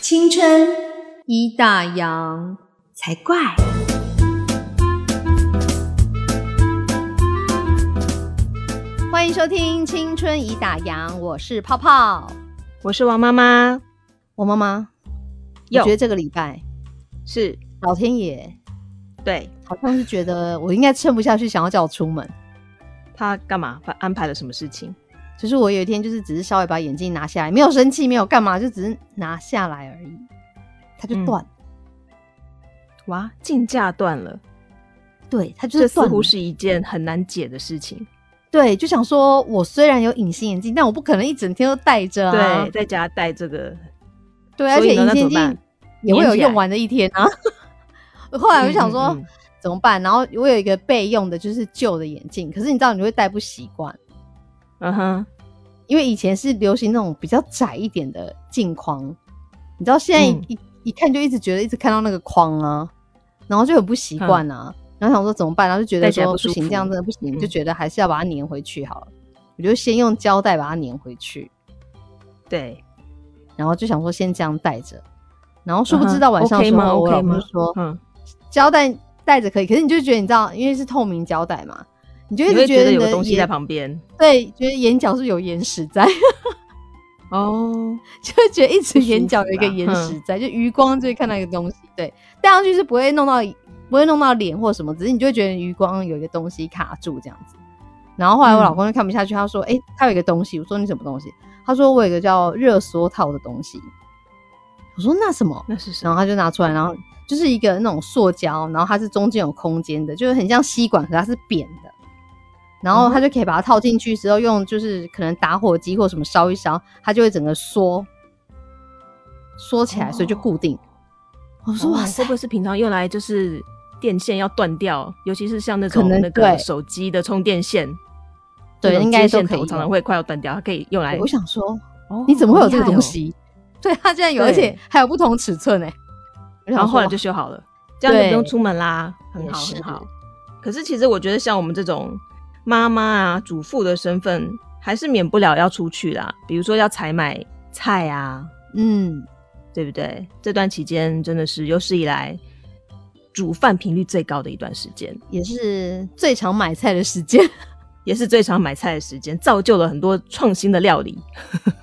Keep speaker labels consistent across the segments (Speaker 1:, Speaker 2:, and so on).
Speaker 1: 青春
Speaker 2: 一大洋
Speaker 1: 才怪。
Speaker 2: 欢迎收听《青春已打烊》，我是泡泡，
Speaker 3: 我是王妈妈，
Speaker 2: 我妈妈。我
Speaker 3: 有
Speaker 2: 觉得这个礼拜
Speaker 3: 是
Speaker 2: 老天爷
Speaker 3: 对
Speaker 2: 好像是觉得我应该撑不下去，想要叫我出门。
Speaker 3: 他干嘛？他安排了什么事情？
Speaker 2: 就是我有一天就是只是稍微把眼镜拿下来，没有生气，没有干嘛，就只是拿下来而已，它就
Speaker 3: 嗯
Speaker 2: 断了。
Speaker 3: 哇，竞价断了，
Speaker 2: 对，它就
Speaker 3: 这
Speaker 2: 是
Speaker 3: 似
Speaker 2: 断了
Speaker 3: 乎。是一件很难解的事情。
Speaker 2: 对，就想说我虽然有隐形眼镜，但我不可能一整天都戴着啊
Speaker 3: 对，。在家带这个，
Speaker 2: 对，
Speaker 3: 所
Speaker 2: 而且
Speaker 3: 以呢
Speaker 2: 隐
Speaker 3: 那
Speaker 2: 形眼
Speaker 3: 怎么办
Speaker 2: 镜也会有
Speaker 3: 粘起来
Speaker 2: 用完的一天啊。后来我就想说、
Speaker 3: 嗯嗯嗯
Speaker 2: 怎么办，然后我有一个备用的，就是旧的眼镜，可是你知道你会戴不习惯，
Speaker 3: 嗯哼，
Speaker 2: 因为以前是流行那种比较窄一点的镜框，你知道现在一、
Speaker 3: 嗯
Speaker 2: 一一看就一直觉得一直看到那个框啊，然后就很不习惯啊，然后想说怎么办，然后就觉得
Speaker 3: 戴起来
Speaker 2: 说
Speaker 3: 不舒
Speaker 2: 行，
Speaker 3: 服
Speaker 2: 这样真的不行，
Speaker 3: 嗯
Speaker 2: 就觉得还是要把它粘回去好了，我就先用胶带把它粘回去，
Speaker 3: 对，
Speaker 2: 然后就想说先这样戴着，然后殊不
Speaker 3: 嗯
Speaker 2: 知
Speaker 3: 哼
Speaker 2: 到晚上的
Speaker 3: OK
Speaker 2: 时
Speaker 3: 吗
Speaker 2: 候，我老
Speaker 3: ？OK
Speaker 2: 公
Speaker 3: 吗
Speaker 2: 就？说
Speaker 3: 嗯，
Speaker 2: 胶带戴着可以，可是你就觉得你知道，因为是透明胶带嘛，你就一
Speaker 3: 你
Speaker 2: 直
Speaker 3: 会觉
Speaker 2: 得
Speaker 3: 得
Speaker 2: 你
Speaker 3: 有
Speaker 2: 的
Speaker 3: 个东西在
Speaker 2: 眼
Speaker 3: 旁边
Speaker 2: 对，觉得眼角是有眼屎在，
Speaker 3: 哦，
Speaker 2: 就会觉得一直
Speaker 3: 不舒
Speaker 2: 眼角
Speaker 3: 服
Speaker 2: 有一个
Speaker 3: 啦
Speaker 2: 眼
Speaker 3: 嗯
Speaker 2: 屎在，就余光就会看到一个东西，对，戴上去是不会弄到不会弄到脸或什么，只是你就会觉得余光有一个东西卡住这样子。然后后
Speaker 3: 嗯
Speaker 2: 来我老公就看不下去，他说：“哎、他有一个东西。”我说：“你什么东西？”他说：“我有一个叫热缩套的东西。”我说：“那什么？”
Speaker 3: 那是什
Speaker 2: 然
Speaker 3: 么？
Speaker 2: 后他就拿出来，然后就是一个那种塑胶，然后它是中间有空间的，就是很像吸管，可它是扁的。然
Speaker 3: 嗯
Speaker 2: 后他就可以把它套进去之后，用就是可能打火机或什么烧一烧，它就会整个缩缩起来，所以就固定。我说
Speaker 3: 哦
Speaker 2: 哇塞
Speaker 3: 会不，会是平常用来就是电线要断掉，尤其是像那
Speaker 2: 可
Speaker 3: 种
Speaker 2: 能
Speaker 3: 那个
Speaker 2: 对
Speaker 3: 手机的充电线，
Speaker 2: 对
Speaker 3: 那种
Speaker 2: 应该
Speaker 3: 接
Speaker 2: 都
Speaker 3: 线
Speaker 2: 可
Speaker 3: 头
Speaker 2: 以
Speaker 3: 常
Speaker 2: 用
Speaker 3: 常会快要断掉，它可以用来
Speaker 2: 我。想说
Speaker 3: 哦
Speaker 2: 你怎么会有这个
Speaker 3: 好厉
Speaker 2: 东
Speaker 3: 害哦
Speaker 2: 西？ 对，它竟然有，
Speaker 3: 对
Speaker 2: 而且还有不同尺寸哎。然
Speaker 3: 然后后来就修好了，这样就不用出门啦，
Speaker 2: 对
Speaker 3: 很好
Speaker 2: 也是
Speaker 3: 很好。可是其实我觉得像我们这种妈妈啊、主妇的身份，还是免不了要出去啦，比如说要采买菜啊，
Speaker 2: 嗯，
Speaker 3: 对不对？这段期间真的是有史以来煮饭频率最高的一段时间，
Speaker 2: 也是最常买菜的时间，
Speaker 3: 也是最常买菜的时间，造就了很多创新的料理，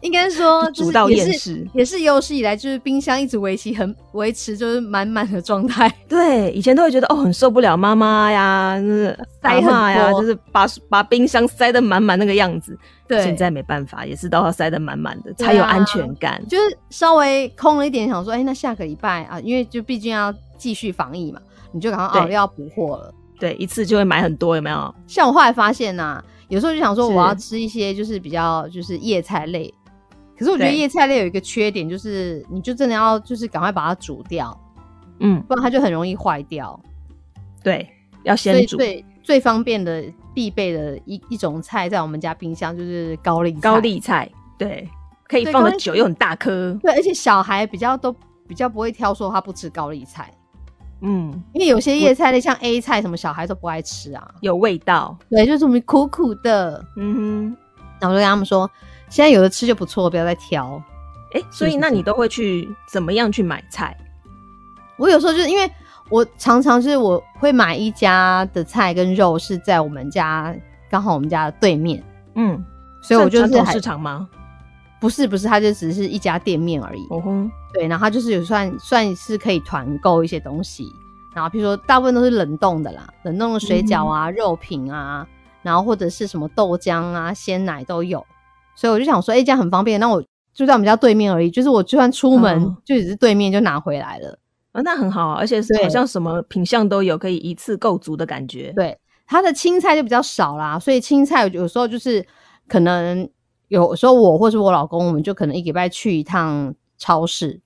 Speaker 2: 应该说
Speaker 3: 煮到
Speaker 2: 也
Speaker 3: 厌
Speaker 2: 是
Speaker 3: 世。
Speaker 2: 也是有史以来就是冰箱一直维持很维持就是满满的状态，
Speaker 3: 对，以前都会觉得哦很受不了妈妈呀、就是
Speaker 2: 塞
Speaker 3: 阿
Speaker 2: 很
Speaker 3: 嬷呀，
Speaker 2: 多
Speaker 3: 就是把把冰箱塞得满满那个样子。
Speaker 2: 对，
Speaker 3: 现在没办法，也是都要塞得满满的，
Speaker 2: 对啊
Speaker 3: 才有安全感。
Speaker 2: 就是稍微空了一点，想说哎、那下个礼拜啊，因为就毕竟要继续防疫嘛，你就赶快
Speaker 3: 对
Speaker 2: 哦又要补货了。
Speaker 3: 对，一次就会买很多，有没有？
Speaker 2: 像我后来发现呐、有时候就想说
Speaker 3: 是
Speaker 2: 我要吃一些就是比较就是叶菜类，可是我觉得
Speaker 3: 对
Speaker 2: 叶菜类有一个缺点就是，你就真的要就是赶快把它煮掉，
Speaker 3: 嗯，
Speaker 2: 不然它就很容易坏掉。
Speaker 3: 对，要
Speaker 2: 所
Speaker 3: 先
Speaker 2: 以
Speaker 3: 煮
Speaker 2: 最最方便的必备的一一种菜，在我们家冰箱就是高丽菜
Speaker 3: 高丽菜，对，可以
Speaker 2: 对
Speaker 3: 放的
Speaker 2: 高丽
Speaker 3: 久又很大颗。
Speaker 2: 对，而且小孩比较都比较不会挑说他不吃高丽菜，
Speaker 3: 嗯，
Speaker 2: 因为有些叶菜类像 A 菜什么小孩都不爱吃啊。
Speaker 3: 有味道。
Speaker 2: 对，就是我们苦苦的。
Speaker 3: 嗯哼，
Speaker 2: 然后我就跟他们说，现在有的吃就不错，不要再挑。
Speaker 3: 哎、所以
Speaker 2: 是
Speaker 3: 那你都会去怎么样去买菜？
Speaker 2: 我有时候就是因为我常常就是我会买一家的菜跟肉是在我们家刚好我们家的对面，
Speaker 3: 嗯，
Speaker 2: 所以我就
Speaker 3: 算
Speaker 2: 是
Speaker 3: 传统
Speaker 2: 还
Speaker 3: 市场吗？
Speaker 2: 不是不是，它就只是一家店面而已。
Speaker 3: 哦哼，
Speaker 2: 对，然后它就是有算算是可以团购一些东西，然后比如说大部分都是冷冻的啦，冷冻的水饺啊、肉品啊，然后或者是什么豆浆啊、鲜奶都有，所以我就想说，哎、这样很方便，那我就在我们家对面而已，就是我就算出门、
Speaker 3: 哦
Speaker 2: 就只是对面就拿回来了。
Speaker 3: 啊，那很好啊，而且
Speaker 2: 对
Speaker 3: 好像什么品相都有，可以一次购足的感觉。
Speaker 2: 对它的青菜就比较少啦，所以青菜有时候就是可能有时候我或是我老公，我们就可能一个礼拜去一趟超市，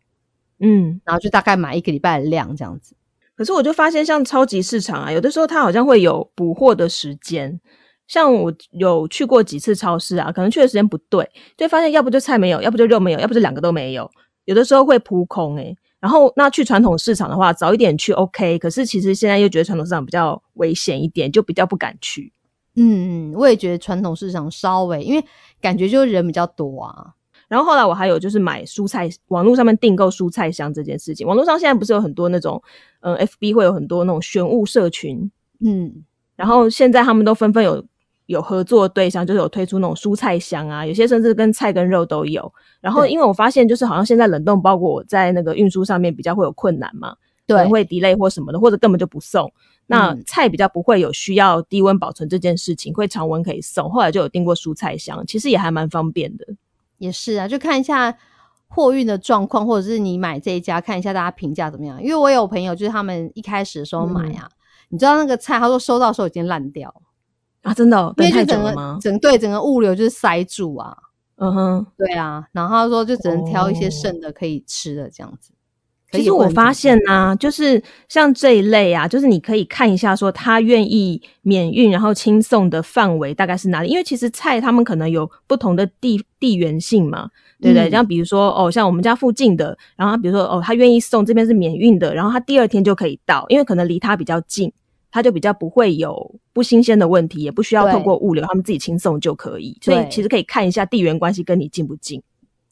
Speaker 3: 嗯，
Speaker 2: 然后就大概买一个礼拜的量这样子。
Speaker 3: 可是我就发现，像超级市场啊，有的时候它好像会有补货的时间。像我有去过几次超市啊，可能去的时间不对，就会发现要不就菜没有，要不就肉没有，要不就两个都没有。有的时候会扑空诶、然后那去传统市场的话，早一点去 OK，可是其实现在又觉得传统市场比较危险一点，就比较不敢去。
Speaker 2: 嗯，嗯，我也觉得传统市场稍微，因为感觉就是人比较多啊。
Speaker 3: 然后后来我还有就是买蔬菜，网络上面订购蔬菜箱这件事情。网络上现在不是有很多那种，嗯，FB 会有很多那种玄物社群，
Speaker 2: 嗯，
Speaker 3: 然后现在他们都纷纷有有合作对象，就是有推出那种蔬菜箱啊，有些甚至跟菜跟肉都有。然后
Speaker 2: 对
Speaker 3: 因为我发现，就是好像现在冷冻包裹在那个运输上面比较会有困难嘛，可
Speaker 2: 对
Speaker 3: 能，会 delay 或什么的，或者根本就不送。那
Speaker 2: 嗯
Speaker 3: 菜比较不会有需要低温保存这件事情，会常温可以送。后来就有订过蔬菜箱，其实也还蛮方便的。
Speaker 2: 也是啊，就看一下货运的状况，或者是你买这一家看一下大家评价怎么样。因为我有朋友就是他们一开始的时候买
Speaker 3: 嗯
Speaker 2: 啊，你知道那个菜，他说收到的时候已经烂掉了，
Speaker 3: 啊，真的、哦、
Speaker 2: 因
Speaker 3: 等
Speaker 2: 为
Speaker 3: 太
Speaker 2: 就
Speaker 3: 久
Speaker 2: 整
Speaker 3: 了
Speaker 2: 个
Speaker 3: 吗？
Speaker 2: 整对整个物流就是塞住啊，
Speaker 3: 嗯哼，
Speaker 2: 对啊，然后他说就只能挑一些
Speaker 3: 哦
Speaker 2: 剩的可以吃的这样子。可
Speaker 3: 其
Speaker 2: 是也
Speaker 3: 实
Speaker 2: 不
Speaker 3: 我
Speaker 2: 能
Speaker 3: 发
Speaker 2: 讲
Speaker 3: 现呢、就是像这一类啊，就是你可以看一下说他愿意免运然后轻送的范围大概是哪里，因为其实菜他们可能有不同的地地缘性嘛，对不对？
Speaker 2: 嗯
Speaker 3: 像比如说哦，像我们家附近的，然后他比如说哦，他愿意送这边是免运的，然后他第二天就可以到，因为可能离他比较近，他就比较不会有不新鲜的问题，也不需要
Speaker 2: 对
Speaker 3: 透过物流，他们自己轻送就可以。所以
Speaker 2: 对
Speaker 3: 其实可以看一下地缘关系跟你近不近。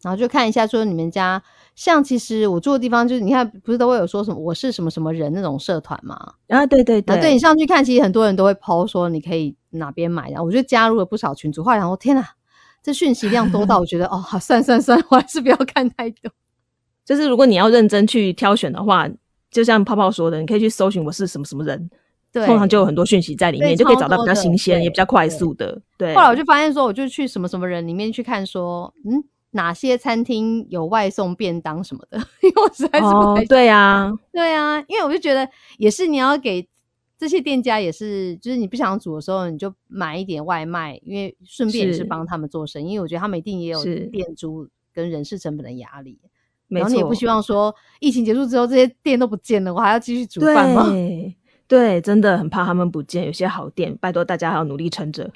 Speaker 2: 然后就看一下说你们家，像其实我住的地方就是你看，不是都会有说什么我是什么什么人那种社团嘛？
Speaker 3: 啊，对对
Speaker 2: 然
Speaker 3: 对，
Speaker 2: 后对你上去看，其实很多人都会 PO 说你可以哪边买，然后我就加入了不少群组，后来然后天哪，这讯息量多到 我觉得哦，好算算算，我还是不要看太多。
Speaker 3: 就是如果你要认真去挑选的话，就像泡泡说的，你可以去搜寻我是什么什么人，
Speaker 2: 对，
Speaker 3: 通常就有很多讯息在里面，
Speaker 2: 对
Speaker 3: 你就可以找到比较
Speaker 2: 超多的
Speaker 3: 新鲜
Speaker 2: 对
Speaker 3: 也比较快速的。对，
Speaker 2: 后来我就发现说，我就去什么什么人里面去看说，嗯，哪些餐厅有外送便当什么的， 因为我实在是不
Speaker 3: 哦
Speaker 2: 太，
Speaker 3: 对啊，
Speaker 2: 对啊，因为我就觉得也是你要给这些店家也是，就是你不想煮的时候，你就买一点外卖，因为顺便也是
Speaker 3: 是
Speaker 2: 帮他们做生意，因为我觉得他们一定也有
Speaker 3: 是
Speaker 2: 店租跟人事成本的压力。
Speaker 3: 没
Speaker 2: 然后你也不
Speaker 3: 错，
Speaker 2: 希望说疫情结束之后这些店都不见了，我还要继续煮饭吗？
Speaker 3: 对对，真的很怕他们不见，有些好店，拜托大家还要努力撑着。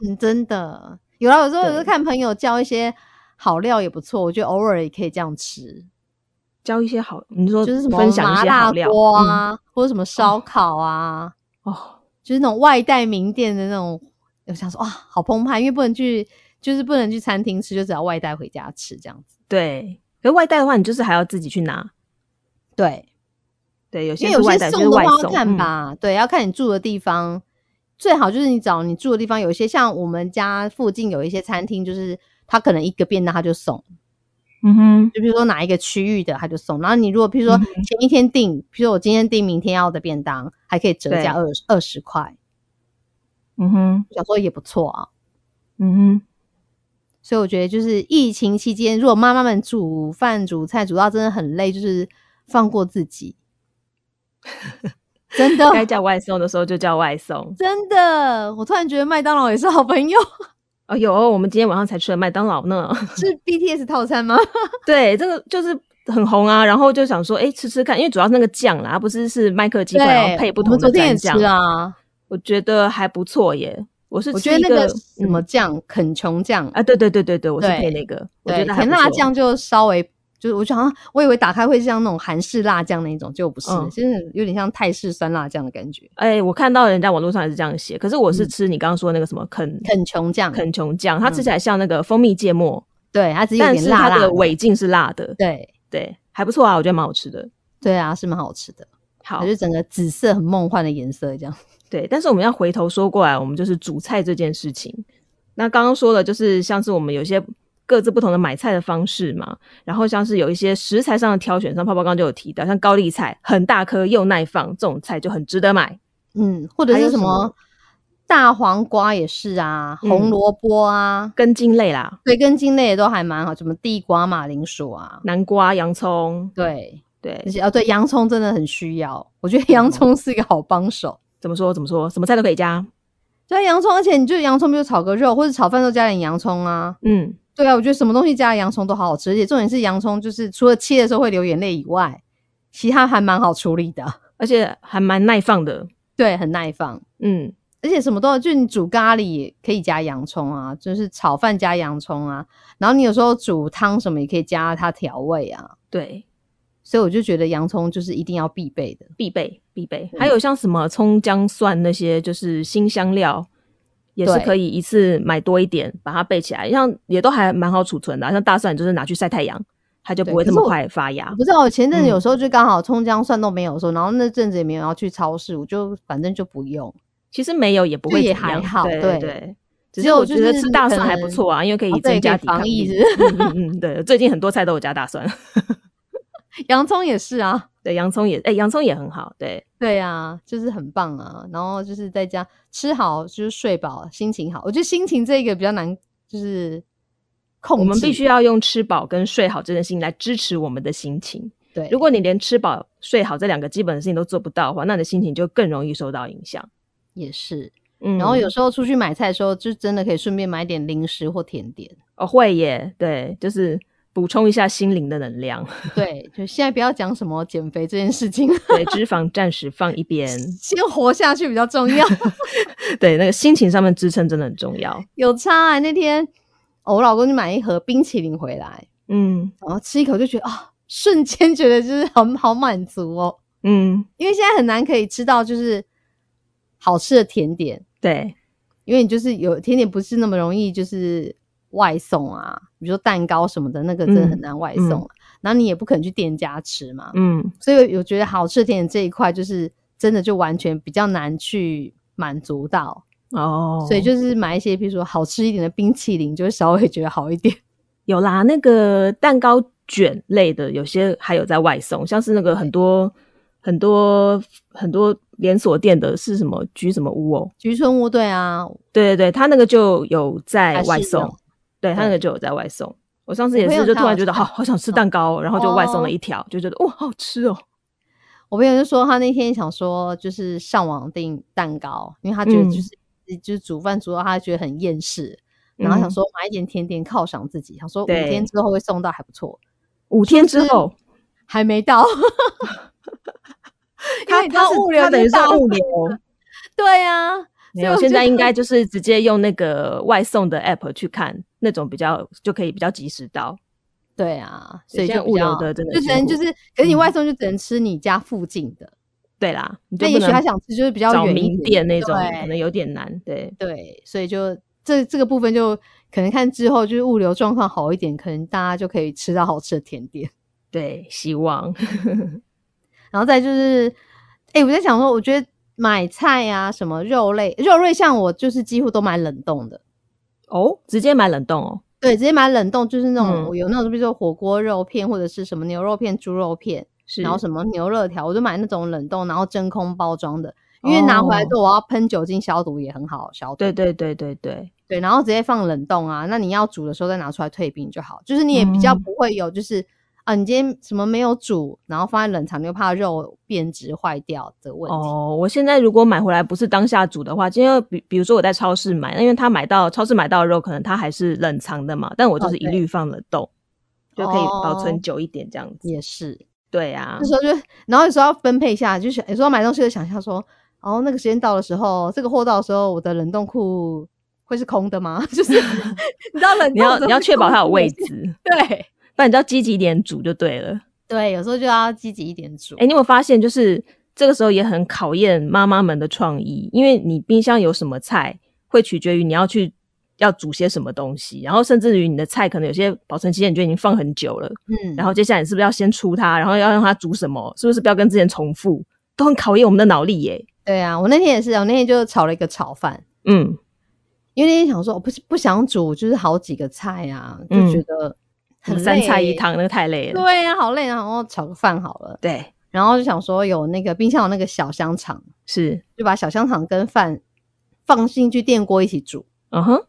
Speaker 2: 嗯， 真的有啦，有时候我就
Speaker 3: 对
Speaker 2: 看朋友叫一些好料也不错，我觉得偶尔也可以这样吃，
Speaker 3: 教一些好，你说
Speaker 2: 就是什么
Speaker 3: 分享一
Speaker 2: 麻
Speaker 3: 些
Speaker 2: 辣
Speaker 3: 好料哦
Speaker 2: 锅啊，或者什么烧烤啊。
Speaker 3: 嗯哦，
Speaker 2: 就是那种外带名店的那种，我想说哇，好澎湃，因为不能去，就是不能去餐厅吃，就只要外带回家吃这样子。
Speaker 3: 对。可是外带的话，你就是还要自己去拿。
Speaker 2: 对，
Speaker 3: 对，有些
Speaker 2: 因为
Speaker 3: 是
Speaker 2: 有
Speaker 3: 外
Speaker 2: 些
Speaker 3: 带，就
Speaker 2: 送
Speaker 3: 是
Speaker 2: 的话
Speaker 3: 外
Speaker 2: 要
Speaker 3: 送。
Speaker 2: 看
Speaker 3: 嗯
Speaker 2: 吧，对，要看你住的地方，最好就是你找你住的地方，有一些像我们家附近有一些餐厅，就是他可能一个便当他就送，
Speaker 3: 嗯哼，
Speaker 2: 就比如说哪一个区域的他就送，然后你如果譬如说
Speaker 3: 嗯
Speaker 2: 前一天订，譬如说我今天订明天要的便当，还可以折价二二十块，
Speaker 3: 嗯哼，
Speaker 2: 我想说也不错啊。
Speaker 3: 嗯哼，
Speaker 2: 所以我觉得就是疫情期间，如果妈妈们煮饭、煮菜煮到真的很累，就是放过自己，真的
Speaker 3: 该叫外送的时候就叫外送。
Speaker 2: 真的。我突然觉得麦当劳也是好朋友，
Speaker 3: 哦，有哦，我们今天晚上才吃了麦当劳呢。
Speaker 2: 是 BTS 套餐吗？
Speaker 3: 对，这个就是很红啊，然后就想说，哎，吃吃看，因为主要是那个酱啦，它不是是麦克鸡块，然后配不
Speaker 2: 我
Speaker 3: 同
Speaker 2: 们昨
Speaker 3: 的
Speaker 2: 天也
Speaker 3: 蘸
Speaker 2: 吃
Speaker 3: 酱，
Speaker 2: 啊，
Speaker 3: 我觉得还不错耶。我是
Speaker 2: 我
Speaker 3: 吃
Speaker 2: 觉得
Speaker 3: 一
Speaker 2: 那个什
Speaker 3: 嗯
Speaker 2: 么酱、肯琼酱，
Speaker 3: 啊，对对对对对，我是
Speaker 2: 对
Speaker 3: 配那个，我觉
Speaker 2: 对，
Speaker 3: 得还
Speaker 2: 甜
Speaker 3: 不
Speaker 2: 辣
Speaker 3: 错
Speaker 2: 酱就稍微就是我想，啊我以为打开会像那种韩式辣酱那种，结果不是，
Speaker 3: 嗯
Speaker 2: 就是有点像泰式酸辣酱的感觉。
Speaker 3: 哎、我看到人家网络上也是这样写，可是我是
Speaker 2: 嗯
Speaker 3: 吃你刚刚说那个什么肯
Speaker 2: 肯琼酱，
Speaker 3: 肯琼酱，它
Speaker 2: 嗯
Speaker 3: 吃起来像那个蜂蜜芥末，
Speaker 2: 对，它只是有
Speaker 3: 但
Speaker 2: 点
Speaker 3: 是
Speaker 2: 辣
Speaker 3: 它
Speaker 2: 辣
Speaker 3: 的尾劲是辣的，
Speaker 2: 对
Speaker 3: 对，还不错啊，我觉得蛮好吃的。
Speaker 2: 对啊，是蛮好吃的。
Speaker 3: 好
Speaker 2: 它，就整个紫色很梦幻的颜色这样。
Speaker 3: 对，但是我们要回头说过来，我们就是煮菜这件事情。那刚刚说了，就是像是我们有一些各自不同的买菜的方式嘛，然后像是有一些食材上的挑选，像泡泡刚刚就有提到，像高丽菜很大颗又耐放，这种菜就很值得买。
Speaker 2: 嗯，或者
Speaker 3: 还有
Speaker 2: 是什
Speaker 3: 什么
Speaker 2: 么大黄瓜也是啊，
Speaker 3: 嗯
Speaker 2: 红萝卜啊，
Speaker 3: 根茎类啦，
Speaker 2: 对，根茎类也都还蛮好，什么地瓜、马铃薯啊，
Speaker 3: 南瓜、洋葱，
Speaker 2: 对，
Speaker 3: 对
Speaker 2: 那，些哦，对，洋葱真的很需要，我觉得
Speaker 3: 嗯
Speaker 2: 洋葱是一个好帮手。
Speaker 3: 怎么说怎么说，什么菜都可以加。
Speaker 2: 对，啊洋葱，而且你就洋葱，比如炒个肉，或者炒饭都加点洋葱啊。
Speaker 3: 嗯，
Speaker 2: 对啊，我觉得什么东西加了洋葱都好好吃，而且重点是洋葱就是除了切的时候会流眼泪以外，其他还蛮好处理的，
Speaker 3: 而且还蛮耐放的。
Speaker 2: 对，很耐放。
Speaker 3: 嗯，
Speaker 2: 而且什么都有，就是你煮咖喱也可以加洋葱啊，就是炒饭加洋葱啊，然后你有时候煮汤什么也可以加它调味啊，
Speaker 3: 对，
Speaker 2: 所以我就觉得洋葱就是一定要必备的。
Speaker 3: 必备必备。
Speaker 2: 对
Speaker 3: 还有像什么葱、姜、蒜那些，就是新香料，也是
Speaker 2: 对
Speaker 3: 可以一次买多一点，把它备起来，像也都还蛮好储存的啊、像大蒜就是拿去晒太阳，它就
Speaker 2: 对
Speaker 3: 不会
Speaker 2: 可
Speaker 3: 这
Speaker 2: 是
Speaker 3: 么
Speaker 2: 我
Speaker 3: 快发芽
Speaker 2: 我。不知道，我前阵子
Speaker 3: 嗯
Speaker 2: 有时候就刚好葱姜蒜都没有的时候，然后那阵子也没有要去超市，我就反正就不 用。
Speaker 3: 其实没有也不
Speaker 2: 就
Speaker 3: 会
Speaker 2: 也
Speaker 3: 怎么
Speaker 2: 还
Speaker 3: 样
Speaker 2: 好
Speaker 3: 对
Speaker 2: 对
Speaker 3: 对。
Speaker 2: 只
Speaker 3: 只是
Speaker 2: 有
Speaker 3: 我
Speaker 2: 就
Speaker 3: 觉得
Speaker 2: 是
Speaker 3: 吃大
Speaker 2: 可
Speaker 3: 蒜还不
Speaker 2: 能
Speaker 3: 错啊，因为可以
Speaker 2: 哦对
Speaker 3: 增
Speaker 2: 可
Speaker 3: 加
Speaker 2: 以
Speaker 3: 抵抗
Speaker 2: 防疫
Speaker 3: 力。
Speaker 2: 是
Speaker 3: 嗯嗯嗯，对，最近很多菜都有加大蒜，
Speaker 2: 洋葱也是啊，
Speaker 3: 对，洋葱也，哎、洋葱也很好，对，
Speaker 2: 对啊，就是很棒啊。然后就是在家吃好，就是睡饱，心情好。我觉得心情这个比较难，就是控制。
Speaker 3: 我们必须要用吃饱跟睡好这件事情来支持我们的心情。
Speaker 2: 对，
Speaker 3: 如果你连吃饱、睡好这两个基本的事情都做不到的话，那你的心情就更容易受到影响。
Speaker 2: 也是。
Speaker 3: 嗯
Speaker 2: 然后有时候出去买菜的时候，就真的可以顺便买点零食或甜点。
Speaker 3: 哦会耶，对，就是补充一下心灵的能量，
Speaker 2: 对，就现在不要讲什么减肥这件事情，
Speaker 3: 对，脂肪暂时放一边，
Speaker 2: 先活下去比较重要。
Speaker 3: 对，那个心情上面支撑真的很重要。
Speaker 2: 有差、啊。那天、哦我老公就买一盒冰淇淋回来，
Speaker 3: 嗯
Speaker 2: 然后吃一口就觉得啊、瞬间觉得就是很好满足哦，
Speaker 3: 嗯，
Speaker 2: 因为现在很难可以吃到就是好吃的甜点，
Speaker 3: 对，
Speaker 2: 因为你就是有甜点不是那么容易就是外送啊，比如说蛋糕什么的，那个真的很
Speaker 3: 嗯
Speaker 2: 难外送、啊然后你也不可能去店家吃嘛，
Speaker 3: 嗯
Speaker 2: 所以我觉得好吃的甜点这一块就是真的就完全比较难去满足到。
Speaker 3: 哦，
Speaker 2: 所以就是买一些，比如说好吃一点的冰淇淋，就会稍微觉得好一点。
Speaker 3: 有啦，那个蛋糕卷类的，有些还有在外送，像是那个很多很多很多连锁店的是什么居什么屋哦，
Speaker 2: 橘村屋对啊，
Speaker 3: 对对对，他那个就有在
Speaker 2: 还啊是
Speaker 3: 外
Speaker 2: 有
Speaker 3: 送，对他那个就有在外送。我上次也
Speaker 2: 我朋
Speaker 3: 是，
Speaker 2: 友
Speaker 3: 就
Speaker 2: 他
Speaker 3: 突然
Speaker 2: 有
Speaker 3: 觉得
Speaker 2: 在
Speaker 3: 好好想吃蛋糕哦，然后就外送
Speaker 2: 哦
Speaker 3: 了一条，就觉得哇，好好吃哦。
Speaker 2: 我朋友就说他那天想说就是上网订蛋糕，因为他觉得就是、
Speaker 3: 嗯
Speaker 2: 就是煮饭煮到他觉得很厌世，然后想
Speaker 3: 嗯
Speaker 2: 说买一点甜点犒赏自己，想说五
Speaker 3: 对
Speaker 2: 天之后会送到还不错，
Speaker 3: 五天之后，
Speaker 2: 还没 到。因
Speaker 3: 他
Speaker 2: 为
Speaker 3: 他
Speaker 2: 他
Speaker 3: 是
Speaker 2: 物流
Speaker 3: 他等
Speaker 2: 就
Speaker 3: 于是
Speaker 2: 到
Speaker 3: 物流，
Speaker 2: 对啊，所
Speaker 3: 没
Speaker 2: 以
Speaker 3: 有，
Speaker 2: 我
Speaker 3: 现
Speaker 2: 觉
Speaker 3: 在应
Speaker 2: 得
Speaker 3: 该就是直接用那个外送的 app 去看那种比较就可以比较及时到。
Speaker 2: 对啊，
Speaker 3: 对
Speaker 2: 所以
Speaker 3: 现
Speaker 2: 就
Speaker 3: 在
Speaker 2: 比
Speaker 3: 物流
Speaker 2: 较
Speaker 3: 的真的
Speaker 2: 就
Speaker 3: 辛
Speaker 2: 只能就
Speaker 3: 苦
Speaker 2: 是，可是你
Speaker 3: 嗯
Speaker 2: 外送就只能吃你家附近的，
Speaker 3: 对啦，你就
Speaker 2: 那
Speaker 3: 不
Speaker 2: 也许
Speaker 3: 能
Speaker 2: 他想吃就是比较
Speaker 3: 找
Speaker 2: 远一
Speaker 3: 名
Speaker 2: 点
Speaker 3: 店那种，
Speaker 2: 对
Speaker 3: 可能有点难。对，
Speaker 2: 对，所以就这这个部分就可能看之后就是物流状况好一点，可能大家就可以吃到好吃的甜点。
Speaker 3: 对，希望
Speaker 2: 然后再就是，哎、我在想说，我觉得买菜啊，什么肉类、肉类，像我就是几乎都买冷冻的，
Speaker 3: 哦，直接买冷冻哦。
Speaker 2: 对，直接买冷冻，就是那种、
Speaker 3: 嗯
Speaker 2: 我有那种，比如说火锅肉片或者是什么牛肉片、猪肉片，
Speaker 3: 是，
Speaker 2: 然后什么牛肋条，我就买那种冷冻，然后真空包装的。因为拿回来之后，我要喷酒精消毒也很好消毒。
Speaker 3: 哦对对对对对，
Speaker 2: 对，然后直接放冷冻啊。那你要煮的时候再拿出来退冰就好，就是你也比较
Speaker 3: 嗯
Speaker 2: 不会有就是、啊，你今天什么没有煮，然后放在冷藏又怕肉变质坏掉的问题。
Speaker 3: 哦，我现在如果买回来不是当下煮的话，今天比比如说我在超市买，那因为他买到超市买到的肉，可能它还是冷藏的嘛，但我就
Speaker 2: 哦
Speaker 3: 是一
Speaker 2: 对
Speaker 3: 律放冷冻，就可以保
Speaker 2: 哦
Speaker 3: 存久一点这样子。
Speaker 2: 也是，
Speaker 3: 对啊
Speaker 2: 那，时候就，然后有时候要分配一下，就是有时候买东西就想一下说，哦，那个时间到的时候，这个货到的时候，我的冷冻库会是空的吗？ 就是你知道冷冻
Speaker 3: 你要
Speaker 2: 的时候
Speaker 3: 你要
Speaker 2: 会
Speaker 3: 确保
Speaker 2: 空
Speaker 3: 它有
Speaker 2: 出
Speaker 3: 位
Speaker 2: 一些。
Speaker 3: 置，
Speaker 2: 对
Speaker 3: 不然你就要积极一点煮就对了。
Speaker 2: 对，有时候就要积极一点煮。
Speaker 3: 哎、你有没有发现，就是这个时候也很考验妈妈们的创意，因为你冰箱有什么菜，会取决于你要去要煮些什么东西，然后甚至于你的菜可能有些保存期限你就已经放很久了，
Speaker 2: 嗯，
Speaker 3: 然后接下来你是不是要先出它，然后要让它煮什么，是不是不要跟之前重复，都很考验我们的脑力耶、
Speaker 2: 对啊，我那天也是，我那天就炒了一个炒饭。
Speaker 3: 嗯，
Speaker 2: 因为那天想说，我哦不不想煮，就是好几个菜啊，就
Speaker 3: 嗯
Speaker 2: 觉得
Speaker 3: 什
Speaker 2: 很
Speaker 3: 么
Speaker 2: 累
Speaker 3: 三菜一。汤那个太累了。
Speaker 2: 对啊，好累啊，然后炒个饭好了。
Speaker 3: 对，
Speaker 2: 然后就想说有那个冰箱有那个小香肠，
Speaker 3: 是，
Speaker 2: 就把小香肠跟饭放进去电锅一起煮。
Speaker 3: 嗯哼，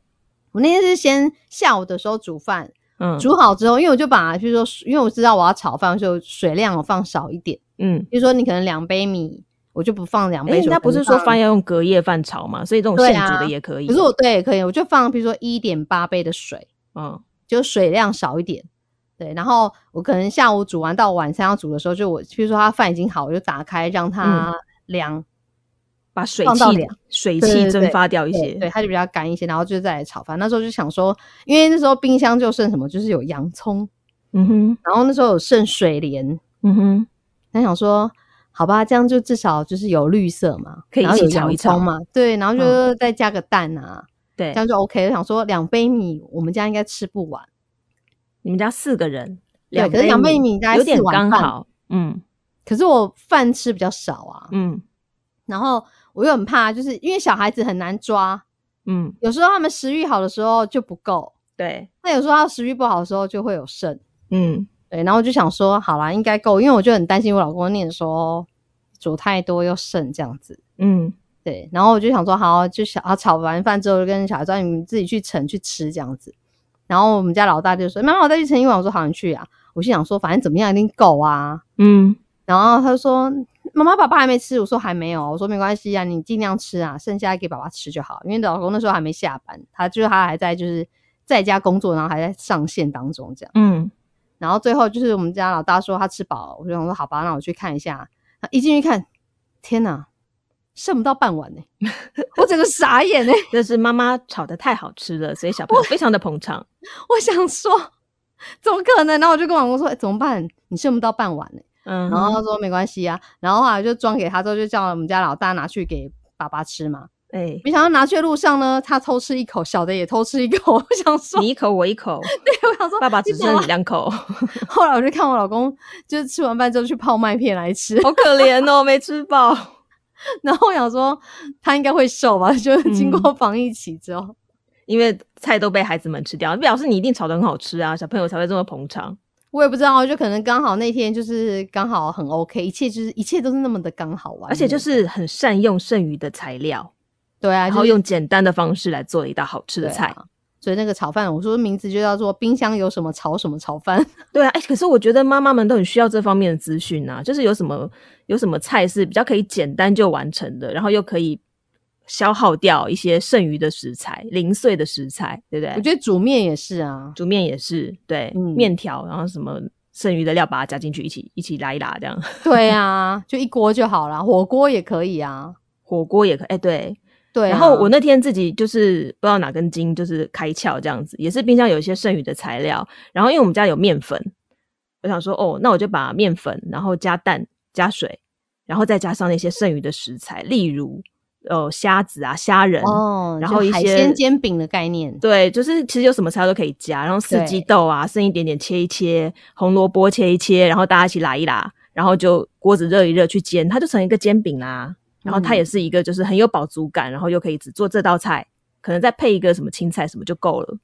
Speaker 2: 我那天是先下午的时候煮饭，
Speaker 3: 嗯，
Speaker 2: 煮好之后，因为我就把，就是说，因为我知道我要炒饭，所以我水量我放少一点。
Speaker 3: 嗯。
Speaker 2: 比如说你可能两杯米，我就不放两
Speaker 3: 哎、
Speaker 2: 杯
Speaker 3: 人
Speaker 2: 水。
Speaker 3: 家不
Speaker 2: 可能
Speaker 3: 是说
Speaker 2: 放
Speaker 3: 饭要用隔夜饭炒嘛，所以这种
Speaker 2: 对
Speaker 3: 现
Speaker 2: 啊
Speaker 3: 煮的也可以。
Speaker 2: 可是我对也可以，我就放比如说一点八杯的水。
Speaker 3: 嗯，
Speaker 2: 就水量少一点。对，然后我可能下午煮完到晚上要煮的时候，就我比如说它饭已经好，我就打开让它
Speaker 3: 嗯
Speaker 2: 凉，
Speaker 3: 把水
Speaker 2: 放
Speaker 3: 汽
Speaker 2: 到凉
Speaker 3: 水
Speaker 2: 对
Speaker 3: 汽
Speaker 2: 对
Speaker 3: 蒸
Speaker 2: 对
Speaker 3: 发掉一些
Speaker 2: 对，。对，它就比较干一些，然后就再来炒饭。那时候就想说，因为那时候冰箱就剩什么，就是有洋葱，
Speaker 3: 嗯哼，
Speaker 2: 然后那时候有剩水莲，
Speaker 3: 嗯哼，
Speaker 2: 那想说。好吧，这样就至少就是有绿色嘛，
Speaker 3: 可以
Speaker 2: 然后
Speaker 3: 一起
Speaker 2: 有
Speaker 3: 炒
Speaker 2: 洋
Speaker 3: 一炒
Speaker 2: 葱嘛，对，然后就再加个蛋啊，
Speaker 3: 对
Speaker 2: 这，样就 OK 了。想说两杯米，我们家应该吃不完，
Speaker 3: 你们家四个人，
Speaker 2: 对可是两杯米大概
Speaker 3: 有点
Speaker 2: 四碗
Speaker 3: 刚
Speaker 2: 饭
Speaker 3: 好，嗯
Speaker 2: 可是我饭吃比较少啊，
Speaker 3: 嗯
Speaker 2: 然后我又很怕，就是因为小孩子很难抓，
Speaker 3: 嗯，
Speaker 2: 有时候他们食欲好的时候就不够，
Speaker 3: 对，
Speaker 2: 那有时候他食欲不好的时候就会有剩。
Speaker 3: 嗯
Speaker 2: 对，然后我就想说，好啦，应该够，因为我就很担心我老公念说煮太多又剩这样子。
Speaker 3: 嗯
Speaker 2: 对，然后我就想说，好，就小啊炒完饭之后，就跟小孩说，你们自己去盛去吃这样子。然后我们家老大就说，妈妈，我再去盛一碗。我说好，你去啊。我心想说，反正怎么样一定够啊。
Speaker 3: 嗯
Speaker 2: 然后他就说，妈妈，爸爸还没吃。我说还没有啊。我说没关系啊，你尽量吃啊，剩下给爸爸吃就好。因为老公那时候还没下班，他就是他还在就是在家工作，然后还在上线当中这样。
Speaker 3: 嗯
Speaker 2: 然后最后就是我们家老大说他吃饱了，我就想说好吧，那我去看一下。一进去看，天哪，剩不到半碗呢、我整个傻眼呢、
Speaker 3: 这是妈妈炒的太好吃了，所以小朋友非常的捧场。
Speaker 2: 我想说，怎么可能？然后我就跟我老公说，哎、怎么办？你剩不到半碗呢、
Speaker 3: 嗯，
Speaker 2: 然后他说没关系啊，然后后来就装给他之后，就叫我们家老大拿去给爸爸吃嘛。
Speaker 3: 哎、
Speaker 2: 没想到拿去的路上呢，他偷吃一口，小的也偷吃一口。我想说，
Speaker 3: 你一口我一口，
Speaker 2: 我想说，
Speaker 3: 爸爸
Speaker 2: 你
Speaker 3: 只
Speaker 2: 怎么
Speaker 3: 剩两口，好
Speaker 2: 后来我就看我老公，就是吃完饭之后去泡麦片来吃。
Speaker 3: 可怜哦，没吃饱。
Speaker 2: 然后我想说他应该会瘦吧，
Speaker 3: 嗯
Speaker 2: 就是经过防疫期之后，
Speaker 3: 因为菜都被孩子们吃掉，表示你一定炒的很好吃啊，小朋友才会这么捧场。
Speaker 2: 我也不知道，啊就可能刚好那天就是刚好很 OK，一切就是一切都是那么的刚好啊完美，
Speaker 3: 而且就是很善用剩余的材料，
Speaker 2: 对啊，
Speaker 3: 然
Speaker 2: 就
Speaker 3: 后
Speaker 2: 是
Speaker 3: 用简单的方式来做一道好吃的
Speaker 2: 对啊
Speaker 3: 菜。
Speaker 2: 所以那个炒饭，我说名字就叫做冰箱有什么炒什么炒饭，
Speaker 3: 对啊，哎、可是我觉得妈妈们都很需要这方面的资讯啊，就是有什么有什么菜是比较可以简单就完成的，然后又可以消耗掉一些剩余的食材、零碎的食材，对不
Speaker 2: 我
Speaker 3: 对？
Speaker 2: 觉得煮面也是啊，
Speaker 3: 煮面也是，对，
Speaker 2: 嗯
Speaker 3: 面条，然后什么剩余的料把它加进去，一起一起拉一拉，这样
Speaker 2: 对啊，就一锅就好啦，火锅也可以啊，
Speaker 3: 火锅也可以，哎、对，
Speaker 2: 对啊
Speaker 3: 然后我那天自己就是不知道哪根筋就是开窍这样子，也是冰箱有一些剩余的材料，然后因为我们家有面粉，我想说哦，那我就把面粉，然后加蛋、加水，然后再加上那些剩余的食材，例如呃虾子啊、虾仁，
Speaker 2: 哦，
Speaker 3: 然后
Speaker 2: 就
Speaker 3: 一
Speaker 2: 海
Speaker 3: 些
Speaker 2: 鲜煎饼的概念，
Speaker 3: 对，就是其实有什么菜都可以加，然后四季
Speaker 2: 对
Speaker 3: 豆啊，剩一点点切一切，红萝卜切一切，然后大家一起拉一拉，然后就锅子热一热去煎，它就成一个煎饼啦。然后它也
Speaker 2: 嗯
Speaker 3: 是一个就是很有饱足感，然后又可以只做这道菜，可能再配一个什么青菜什么就够了。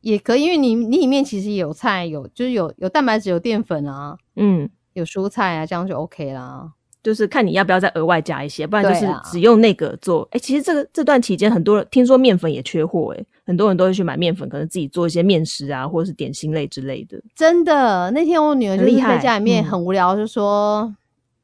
Speaker 2: 也可以，因为你你里面其实有菜，有就是有有蛋白质，有淀粉啊，
Speaker 3: 嗯，
Speaker 2: 有蔬菜啊，这样就 OK 啦。
Speaker 3: 就是看你要不要再额外加一些，不然就
Speaker 2: 对
Speaker 3: 是
Speaker 2: 啊
Speaker 3: 只用那个做。哎、其实这个这段期间，很多人听说面粉也缺货，哎，很多人都会去买面粉，可能自己做一些面食啊，或者是点心类之类的。
Speaker 2: 真的，那天我女儿
Speaker 3: 很
Speaker 2: 就是
Speaker 3: 厉
Speaker 2: 在
Speaker 3: 害
Speaker 2: 家里面
Speaker 3: 嗯
Speaker 2: 很无聊，就说、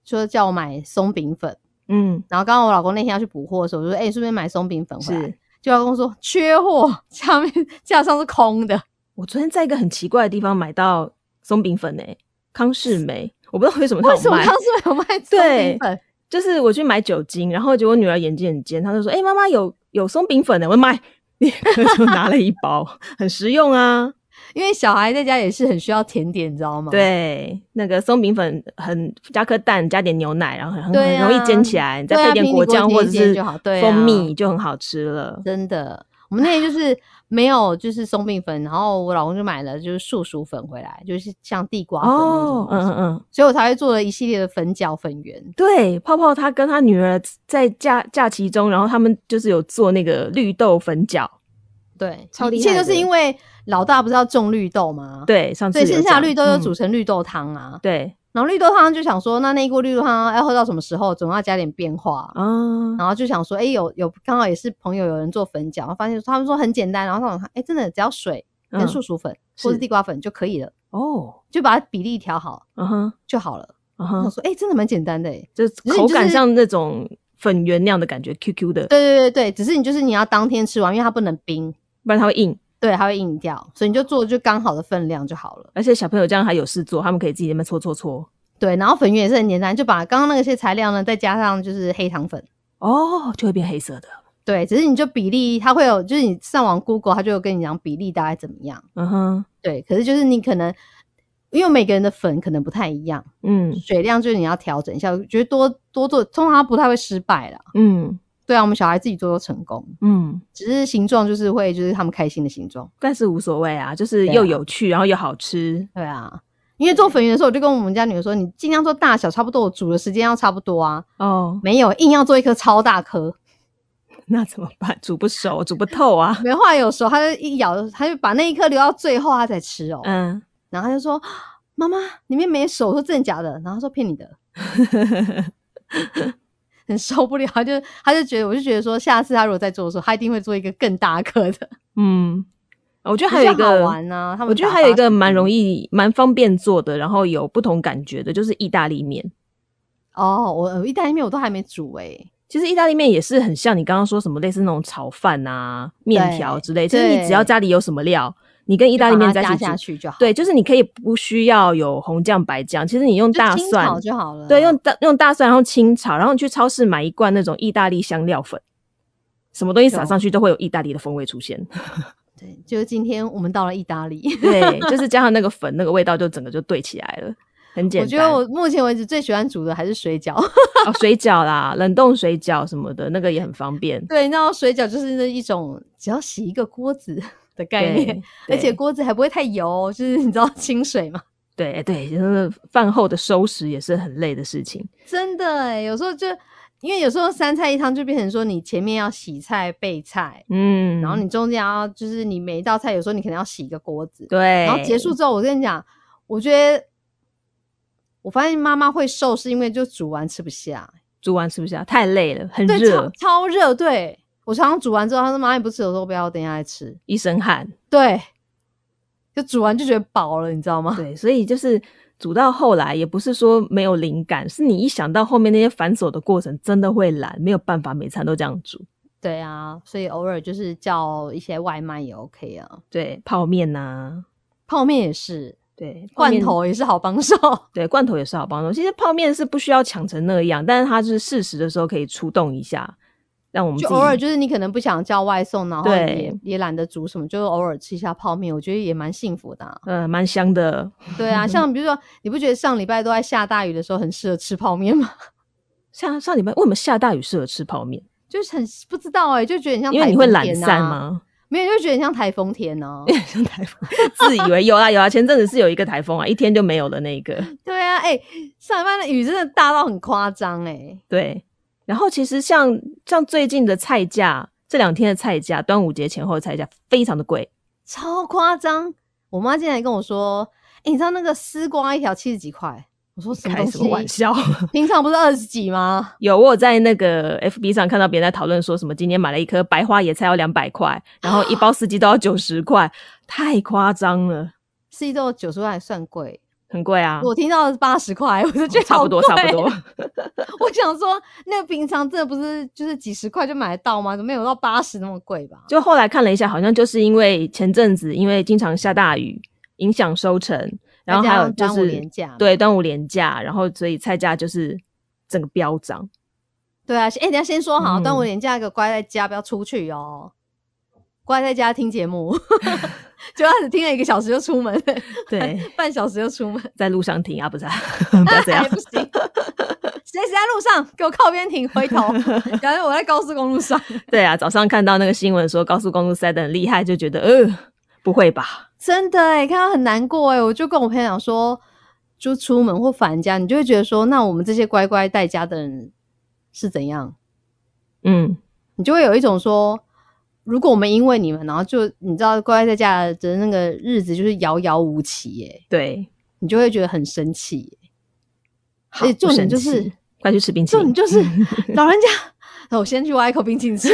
Speaker 2: 说叫我买松饼粉。
Speaker 3: 嗯，
Speaker 2: 然后刚刚我老公那天要去补货的时候，我就说：“哎、顺便买松饼粉回来
Speaker 3: 是。”
Speaker 2: 就老公说：“缺货，下面 架上是空的。
Speaker 3: 我昨天在一个很奇怪的地方买到松饼粉诶、欸康士美，我不知道为什么它
Speaker 2: 为
Speaker 3: 有
Speaker 2: 什么
Speaker 3: 卖
Speaker 2: 当。时没有卖松饼
Speaker 3: 对
Speaker 2: 粉？
Speaker 3: 就是我去买酒精，然后结果女儿眼睛很尖，她就说：“哎、妈妈有有松饼粉的，欸我买。” 就拿了一包，很实用啊。
Speaker 2: 因为小孩在家也是很需要甜点，你知道吗？，
Speaker 3: 对，那个松饼粉很加颗蛋，加点牛奶，然后很很
Speaker 2: 对啊
Speaker 3: 容易煎起来，你再
Speaker 2: 对啊
Speaker 3: 配点
Speaker 2: 平底
Speaker 3: 果
Speaker 2: 锅
Speaker 3: 酱
Speaker 2: 煎
Speaker 3: 或
Speaker 2: 一
Speaker 3: 者
Speaker 2: 煎
Speaker 3: 是
Speaker 2: 就好对啊
Speaker 3: 蜂蜜就很好吃了。
Speaker 2: 真的。我们那天
Speaker 3: 啊
Speaker 2: 就是没有就是松饼粉，然后我老公就买了就是树薯粉回来，就是像地瓜粉那种
Speaker 3: 哦，
Speaker 2: 东西
Speaker 3: 嗯嗯嗯，
Speaker 2: 所以我才会做了一系列的粉饺粉圆。
Speaker 3: 对，泡泡他跟他女儿在假假期中，然后他们就是有做那个绿豆粉饺。
Speaker 2: 对，
Speaker 3: 超
Speaker 2: 一
Speaker 3: 厉
Speaker 2: 切
Speaker 3: 害
Speaker 2: 就是
Speaker 3: 的
Speaker 2: 因为老大不是要种绿豆吗？，
Speaker 3: 对，上次
Speaker 2: 所以剩
Speaker 3: 有
Speaker 2: 下
Speaker 3: 讲
Speaker 2: 绿豆就煮
Speaker 3: 嗯
Speaker 2: 成绿豆汤啊。
Speaker 3: 对
Speaker 2: 然后绿豆汤就想说，那那一锅绿豆汤要喝到什么时候，总要加点变化。
Speaker 3: 啊，
Speaker 2: 然后就想说，哎、有有刚好也是朋友有人做粉饺，然后发现他们说很简单，然后他们哎、真的只要水跟
Speaker 3: 嗯
Speaker 2: 树薯粉、或是
Speaker 3: 是
Speaker 2: 地瓜粉就可以了，
Speaker 3: 哦，
Speaker 2: 就把比例调好
Speaker 3: 嗯哼，
Speaker 2: 就好了。
Speaker 3: 嗯
Speaker 2: 我
Speaker 3: 哼
Speaker 2: 想，说，哎、真的蛮简单的、欸，
Speaker 3: 就是
Speaker 2: 是
Speaker 3: 口
Speaker 2: 就
Speaker 3: 感
Speaker 2: 是
Speaker 3: 像那种粉圆那样的感觉，Q Q 的，
Speaker 2: 对对对对，只是你就是你要当天吃完，因为它不能冰，
Speaker 3: 不然它会硬。
Speaker 2: 对，它会硬掉，所以你就做就刚好的分量就好了。
Speaker 3: 而且小朋友这样还有事做，他们可以自己在那边搓搓搓。
Speaker 2: 对，然后粉圆也是很简单，就把刚刚那些材料呢，再加上就是黑糖粉。
Speaker 3: 哦，就会变黑色的。
Speaker 2: 对，只是你就比例，它会有，就是你上网 Google，它就有跟你讲比例大概怎么样。
Speaker 3: 嗯哼，
Speaker 2: 对，可是就是你可能因为每个人的粉可能不太一样，
Speaker 3: 嗯
Speaker 2: 水量就是你要调整一下。我觉得多多做，通常它不太会失败啦。
Speaker 3: 嗯，
Speaker 2: 对啊，我们小孩自己做都成功，
Speaker 3: 嗯，
Speaker 2: 只是形状就是会就是他们开心的形状。
Speaker 3: 但是无所谓啊，就是
Speaker 2: 对啊
Speaker 3: 又有趣，然后又好吃。
Speaker 2: 对啊，因为做粉圆的时候，我就跟我们家女儿说，你尽量做大小差不多，我煮的时间要差不多啊。
Speaker 3: 哦，
Speaker 2: 没有，硬要做一颗超大颗。
Speaker 3: 那怎么办？煮不熟，煮不透 啊。
Speaker 2: 没话有时候，他就一咬，他就把那一颗留到最后，他才吃哦。
Speaker 3: 嗯，
Speaker 2: 然后他就说：“妈妈，里面没手。”我说：“真的假的？”然后他说：“骗你的。”很受不了，他就他就觉得，我就觉得说，下次他如果再做的时候，他一定会做一个更大颗的。
Speaker 3: 嗯，我觉得还有一
Speaker 2: 比较
Speaker 3: 个
Speaker 2: 好玩啊他们
Speaker 3: 我觉得
Speaker 2: 打
Speaker 3: 还有一
Speaker 2: 发
Speaker 3: 个
Speaker 2: 时
Speaker 3: 蛮
Speaker 2: 间
Speaker 3: 容易、蛮方便做的，然后有不同感觉的，就是意大利面。
Speaker 2: 哦，我我意大利面我都还没煮哎、
Speaker 3: 其实意大利面也是很像你刚刚说什么类似那种炒饭啊、面条之类，就是你只要
Speaker 2: 对
Speaker 3: 家里有什么料，你跟意大利面
Speaker 2: 就
Speaker 3: 在
Speaker 2: 把它
Speaker 3: 一
Speaker 2: 加下
Speaker 3: 起煮。
Speaker 2: 去就好，
Speaker 3: 对，就是你可以不需要有红酱白酱，其实你用
Speaker 2: 就
Speaker 3: 大
Speaker 2: 清炒
Speaker 3: 蒜，
Speaker 2: 就好了。
Speaker 3: 对，用大用大蒜，然后清炒，然后你去超市买一罐那种意大利香料粉，什么东西撒
Speaker 2: 有
Speaker 3: 上去都会有意大利的风味出 现。
Speaker 2: 对，就是今天我们到了意大利，
Speaker 3: 对，就是加上那个粉，那个味道就整个就对起来了，很简单。
Speaker 2: 我觉得我目前为止最喜欢煮的还是水饺。
Speaker 3: 哦，水饺啦，冷冻水饺什么的，那个也很方便。
Speaker 2: 对，然后水饺就是那一种只要洗一个锅子的 概念 而
Speaker 3: 对，，
Speaker 2: 且
Speaker 3: 对
Speaker 2: 锅子还不会太油哦，就是你知道清水 嘛。
Speaker 3: 对对，就是饭后的收拾也是很累的事情。嗯
Speaker 2: 真的哎、有时候就因为有时候三菜一汤就变成说你前面要洗菜备菜，
Speaker 3: 嗯，
Speaker 2: 然后你中间要就是你每一道菜有时候你可能要洗一个锅子，
Speaker 3: 对，
Speaker 2: 然后结束之后，我跟你讲，我觉得我发现妈妈会瘦是因为就煮完吃不下，
Speaker 3: 煮完吃不下，太累了，很
Speaker 2: 对，超
Speaker 3: 热，
Speaker 2: 超热，对我常常煮完之后，她说妈你不吃，我说不要，我等一下再吃，
Speaker 3: 一 身汗。
Speaker 2: 对，就煮完就觉得饱了，你知道吗？
Speaker 3: 对，所以就是煮到后来，也不是说没有灵感，是你一想到后面那些繁琐的过程，真的会懒，没有办法每餐都这样煮。
Speaker 2: 对啊，所以偶尔就是叫一些外卖也 OK 啊，
Speaker 3: 对，泡面呐、
Speaker 2: 泡面也是，
Speaker 3: 对，泡
Speaker 2: 罐
Speaker 3: 面
Speaker 2: 头也是好帮 手。
Speaker 3: 对，罐头也是好帮手。其实泡面是不需要抢成那样，但是它就是适时的时候可以出动一下，让我们
Speaker 2: 就
Speaker 3: 自己
Speaker 2: 偶尔就是你可能不想叫外送，然后也
Speaker 3: 对。
Speaker 2: 也懒得煮什么，就偶尔吃一下泡面，我觉得也蛮幸福的、啊
Speaker 3: 呃蛮香的。
Speaker 2: 对啊，像比如说，你不觉得上礼拜都在下大雨的时候很适合吃泡面吗？
Speaker 3: 像上礼拜为什么下大雨适合吃泡面？
Speaker 2: 就是很不知道哎、就觉得很像、
Speaker 3: 因为你会懒散？吗？
Speaker 2: 啊没有，就觉得很像台风天啊 呢、
Speaker 3: 因为像台风，自以为有啦有啦，前阵子是有一个台风啊，一天就没有了那个。
Speaker 2: 对啊，哎、上礼拜的雨真的大到很夸张哎。
Speaker 3: 对，然后其实像像最近的菜价，这两天的菜价，端午节前后的菜价非常的贵。
Speaker 2: 超夸张！我妈进来跟我说：“哎、你知道那个丝瓜一条七十几块？”我说：“什么
Speaker 3: 开
Speaker 2: 东
Speaker 3: 什么玩
Speaker 2: 西？
Speaker 3: 笑？
Speaker 2: 平常不是二十几吗？
Speaker 3: 有我有在那个 FB 上看到别人在讨论说什么，今天买了一颗白花椰菜要两百块，然后一
Speaker 2: 啊
Speaker 3: 包四季豆要九十块，太夸张了，
Speaker 2: 四季豆九十块还算贵，
Speaker 3: 很贵啊。
Speaker 2: 我听到八十块，我就觉得
Speaker 3: 差不多，
Speaker 2: 好
Speaker 3: 差
Speaker 2: 贵啊
Speaker 3: 不多。。
Speaker 2: 我想说，那平常真的不是就是几十块就买得到吗？怎么没有到八十那么贵吧？
Speaker 3: 就后来看了一下，好像就是因为前阵子因为经常下大雨，影响收成，然后还有就
Speaker 2: 再加上端午
Speaker 3: 是
Speaker 2: 连假嘛
Speaker 3: 对端午连假，然后所以菜价就是整个飙涨。
Speaker 2: 对啊，哎、等一下先说好，
Speaker 3: 嗯
Speaker 2: 端午连假给我乖在家，不要出去哦，乖在家听节目。” 就开始听了一个小时就出门了，
Speaker 3: 对，
Speaker 2: 半小时就出门，
Speaker 3: 在路上停啊，不是、啊，不要这样
Speaker 2: 哎。不行，谁谁在路上给我靠边停，回头， 然后我在高速公路上，
Speaker 3: 对啊，早上看到那个新闻说高速公路塞得很厉害，就觉得呃，不会吧？
Speaker 2: 真的哎、看到很难过哎、我就跟我朋友讲说，就出门或返家，你就会觉得说，那我们这些乖乖待家的人是怎样？
Speaker 3: 嗯，
Speaker 2: 你就会有一种说，如果我们因为你们，然后就你知道乖乖在家的那个日子就是遥遥无期耶、
Speaker 3: 对。
Speaker 2: 你就会觉得很生气耶、
Speaker 3: 好
Speaker 2: 哎，重
Speaker 3: 不
Speaker 2: 点
Speaker 3: 生
Speaker 2: 就是
Speaker 3: 气快去吃冰淇
Speaker 2: 重
Speaker 3: 淋
Speaker 2: 点。 就是老人家，那我先去挖一口冰淇淋吃，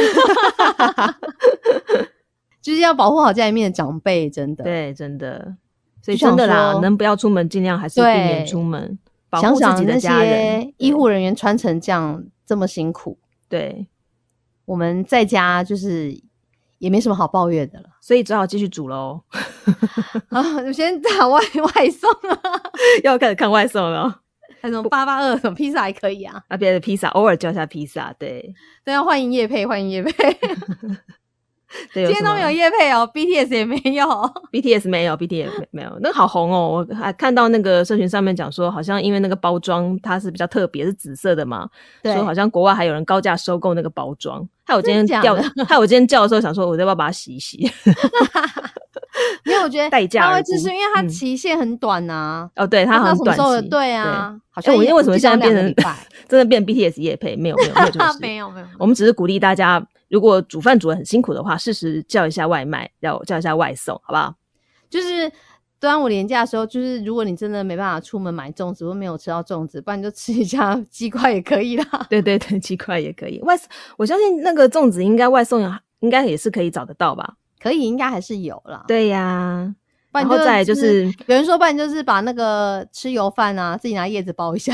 Speaker 2: 就是要保护好家里面的长辈，真的。
Speaker 3: 对，真的。所以
Speaker 2: 就想
Speaker 3: 真的啦
Speaker 2: 说，
Speaker 3: 能不要出门尽量还是避免
Speaker 2: 对
Speaker 3: 出门，保
Speaker 2: 想
Speaker 3: 护自
Speaker 2: 想
Speaker 3: 己的
Speaker 2: 那
Speaker 3: 家人
Speaker 2: 些。医护人员穿成这样这么辛苦，
Speaker 3: 对，
Speaker 2: 我们在家就是也没什么好抱怨的了
Speaker 3: 所以只好继续煮喽。
Speaker 2: 啊！我先打外 外送啊，
Speaker 3: 要开始看外送了。
Speaker 2: 还有什么八八二什么披萨还可以啊，
Speaker 3: 啊，别的披萨偶尔叫一下披萨，对，
Speaker 2: 对啊，欢迎叶配，欢迎叶配。
Speaker 3: 对，
Speaker 2: 今天都没有夜配哦，BTS 也没有。
Speaker 3: BTS 没有，BTS 没没有，那个好红哦！我还看到那个社群上面讲说，好像因为那个包装它是比较特别，是紫色的嘛，所
Speaker 2: 对
Speaker 3: 以好像国外还有人高价收购那个包装。害我今天
Speaker 2: 真的假
Speaker 3: 掉， 害我今天叫的时候想说，我要不要把它洗一洗？
Speaker 2: 因为我觉得
Speaker 3: 待价
Speaker 2: 它
Speaker 3: 而
Speaker 2: 会
Speaker 3: 沽
Speaker 2: 就是因为它
Speaker 3: 嗯
Speaker 2: 期限很短呐、
Speaker 3: 哦，对，
Speaker 2: 不
Speaker 3: 它
Speaker 2: 知道
Speaker 3: 很
Speaker 2: 什么
Speaker 3: 短
Speaker 2: 时候有
Speaker 3: 期，
Speaker 2: 对啊，好
Speaker 3: 哎
Speaker 2: 像
Speaker 3: 我
Speaker 2: 也
Speaker 3: 因为什么
Speaker 2: 至少
Speaker 3: 现在
Speaker 2: 两个
Speaker 3: 变成
Speaker 2: 礼 拜
Speaker 3: 真的变 BTS 夜配，没有没有没有 这个事，
Speaker 2: 啊没有没有没有
Speaker 3: 我们只是鼓励大家，如果煮饭煮的很辛苦的话，适时叫一下外卖，要叫一下外送，好不 好？
Speaker 2: 就是端午连假的时候，就是如果你真的没办法出门买粽子，或没有吃到粽子，不然你就吃一下鸡块也可以啦。
Speaker 3: 对对对，鸡块也可以外，我相信那个粽子应该外送应该也是可以找得到吧？
Speaker 2: 可以，应该还是有啦。，
Speaker 3: 对呀、
Speaker 2: 不然
Speaker 3: 然后
Speaker 2: 就
Speaker 3: 再来就是是
Speaker 2: 有人说，不然就是把那个吃油饭啊，自己拿叶子包一下。